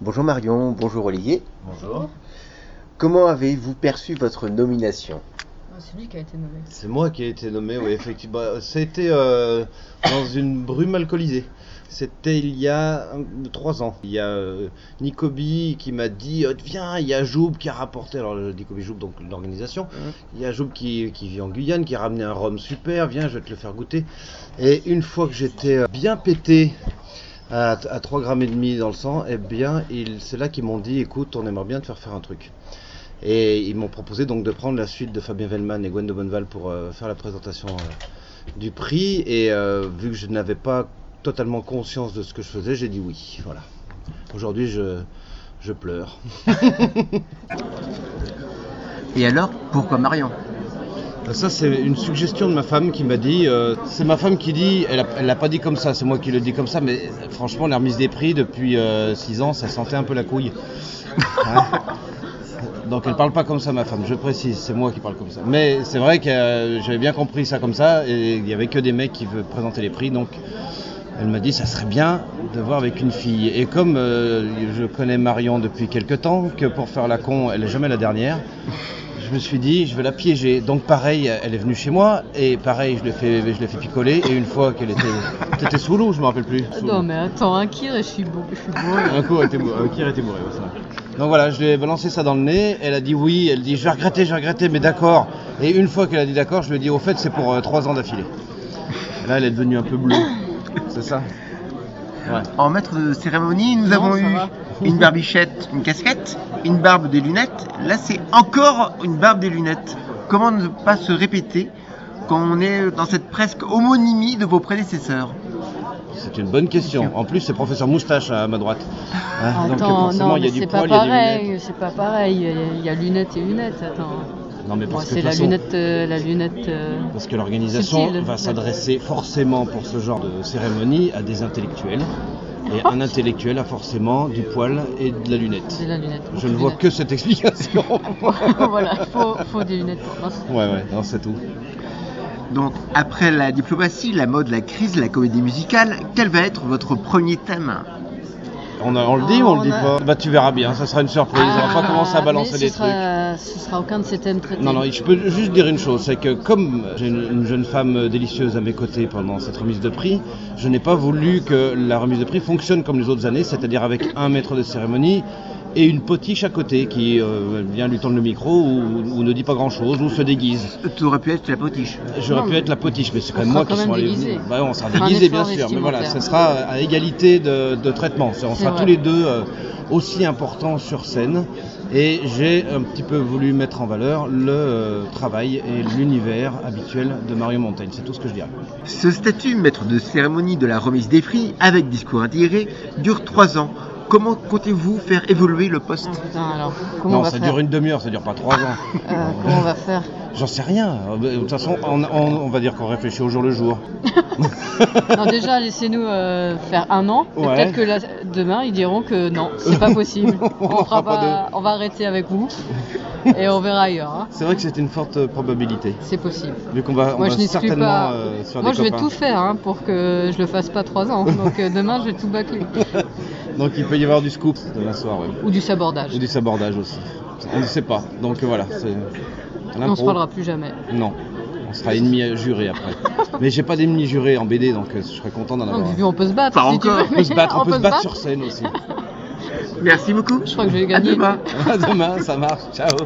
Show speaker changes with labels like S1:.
S1: Bonjour Marion, bonjour Olivier.
S2: Bonjour.
S1: Comment avez-vous perçu votre nomination
S3: Ah, C'est lui qui a été nommé.
S2: C'est moi qui ai été nommé, oui, effectivement. Bah, C'était euh, dans une brume alcoolisée. C'était il y a euh, trois ans. Il y a euh, Nicobi qui m'a dit euh, Viens, il y a Joub qui a rapporté. Alors, euh, Nicobi Joub, donc l'organisation. Il y a Joub qui, qui vit en Guyane, qui a ramené un rhum super. Viens, je vais te le faire goûter. Et une fois que j'étais euh, bien pété. À, à 3 grammes et demi dans le sang, eh bien, ils- c'est là qu'ils m'ont dit, écoute, on aimerait bien te faire faire un truc. Et ils m'ont proposé donc de prendre la suite de Fabien Vellman et Gwen de Bonneval pour euh, faire la présentation euh, du prix. Et euh, vu que je n'avais pas totalement conscience de ce que je faisais, j'ai dit oui. Voilà. Aujourd'hui, je, je pleure.
S1: Et alors, pourquoi Marion
S2: Euh, Ça, c'est une suggestion de ma femme qui m'a dit. euh, c'est ma femme qui dit. Elle a- elle l'a pas dit comme ça, c'est moi qui le dis comme ça, mais euh, franchement, la remise des prix depuis 6 ans, ça sentait un peu la couille. Hein Donc elle parle pas comme ça, ma femme, je précise, c'est moi qui parle comme ça. Mais c'est vrai que euh, j'avais bien compris ça comme ça, et il y avait que des mecs qui veulent présenter les prix, donc elle m'a dit ça serait bien de voir avec une fille. Et comme euh, je connais Marion depuis quelques temps, que pour faire la con, elle est jamais la dernière, je me suis dit je vais la piéger. Donc pareil, elle est venue chez moi et pareil, je l'ai fait, je l'ai fait picoler. Et une fois qu'elle était, t'étais sous l'eau, je me rappelle plus. Sous l'eau.
S3: Non mais attends, un kir et je suis beau, je suis beau.
S2: Un coup, elle était bourrée. Donc voilà, je lui ai balancé ça dans le nez. Elle a dit oui. Elle dit je vais regretter, je vais regretter, mais d'accord. Et une fois qu'elle a dit d'accord, je lui ai dit au fait, c'est pour 3 ans d'affilée. Et là, elle est devenue un peu bleue. C'est ça Ouais.
S1: En maître de cérémonie, nous
S3: Non,
S1: avons
S3: ça
S1: eu
S3: va.
S1: une barbichette, une casquette, une barbe, des lunettes. Là, c'est encore une barbe, des lunettes. Comment ne pas se répéter quand on est dans cette presque homonymie de vos prédécesseurs
S2: C'est une bonne question. En plus, c'est professeur Moustache à ma droite. Hein, donc,
S3: attends,
S2: forcément,
S3: non
S2: il y a
S3: mais
S2: du
S3: c'est pas
S2: poil, il y a des lunettes.
S3: pareil, c'est pas pareil. Il y a- Il y a lunettes et lunettes, attends.
S2: Non, mais
S3: Moi,
S2: parce que de
S3: c'est
S2: toute
S3: la,
S2: façon-
S3: lunette, euh, la lunette, euh,
S2: Parce que l'organisation
S3: Subtil.
S2: va s'adresser forcément pour ce genre de cérémonie à des intellectuels. Et un intellectuel a forcément du poil et de la lunette.
S3: c'est la lunette.
S2: Je ne vois que cette explication.
S3: voilà, faut, faut des lunettes pour ça.
S2: Ouais, ouais, non, c'est tout.
S1: Donc, après la diplomatie, la mode, la crise, la comédie musicale, quel va être votre premier thème
S2: On, a- on le dit ou on,
S3: Oh,
S2: le
S3: on
S2: dit
S3: a-
S2: pas Bah, tu verras bien, ça sera une surprise. on va pas commencer à balancer des trucs.
S3: trucs. Ce Ah, sera aucun de ces thèmes traités.
S2: Non, non, je peux juste dire une chose, c'est que comme j'ai une une jeune femme délicieuse à mes côtés pendant cette remise de prix, je n'ai pas voulu que la remise de prix fonctionne comme les autres années, c'est-à-dire avec un maître de cérémonie et une potiche à côté qui euh, vient lui tendre le micro ou, ou ne dit pas grand-chose ou se déguise.
S1: Tu aurais pu être la potiche.
S2: J'aurais
S3: Non,
S2: pu
S3: mais-
S2: être la potiche, mais c'est quand
S3: On
S2: même moi
S3: sera
S2: qui
S3: quand
S2: suis
S3: même
S2: allé.
S3: déguisés.
S2: Bah ouais, on sera
S3: On fera un
S2: déguisé, bien
S3: effort
S2: sûr, mais voilà, ce
S3: vestimentaire.
S2: sera à égalité de, de traitement. C'est- On
S3: C'est
S2: sera
S3: vrai.
S2: tous les deux euh, aussi importants sur scène. Et j'ai un petit peu voulu mettre en valeur le euh, travail et l'univers habituel de Mario Montaigne. C'est tout ce que je dirais.
S1: Ce statut maître de cérémonie de la remise des prix avec discours intégré dure trois ans. Comment comptez-vous faire évoluer le
S3: Ah,
S1: poste
S3: putain, alors, comment on
S2: Non,
S3: va
S2: ça
S3: faire
S2: dure une demi-heure, ça dure pas trois ans.
S3: Euh, Comment on va faire
S2: J'en sais rien. Euh, De toute façon, on, on- on va dire qu'on réfléchit au jour le jour.
S3: Non, déjà, laissez-nous euh, faire un an. Et
S2: Ouais.
S3: Peut-être que là, demain, ils diront que non, c'est pas possible.
S2: On
S3: on,
S2: fera
S3: fera
S2: pas
S3: pas- on va arrêter avec vous et on verra ailleurs. hein.
S2: C'est vrai que c'est une forte euh, probabilité.
S3: C'est possible.
S2: Vu qu'on va, on
S3: Moi,
S2: va
S3: je n'exclus
S2: certainement
S3: pas.
S2: euh, se faire
S3: Moi,
S2: des
S3: je vais
S2: copains.
S3: tout faire hein, pour que je le fasse pas trois ans. Donc euh, demain, je vais tout bâcler.
S2: Donc il peut y avoir du scoop demain soir, oui.
S3: Ou du sabordage.
S2: Ou du sabordage aussi. On ne sait pas. Donc euh, voilà, c'est
S3: Et On se
S2: l'impro.
S3: parlera plus jamais.
S2: Non, on sera ennemis jurés après. Mais j'ai pas d'ennemis jurés en BD, donc euh, je serais content d'en
S3: Non,
S2: avoir.
S3: mais
S2: un.
S3: puis on peut se battre.
S1: Pas
S3: si tu
S1: encore.
S3: veux,
S2: On
S3: mais
S2: peut se battre, on peut se battre sur scène aussi.
S1: Merci beaucoup.
S3: Je crois que je vais
S1: À
S3: gagner.
S1: demain.
S2: À demain, ça marche. Ciao.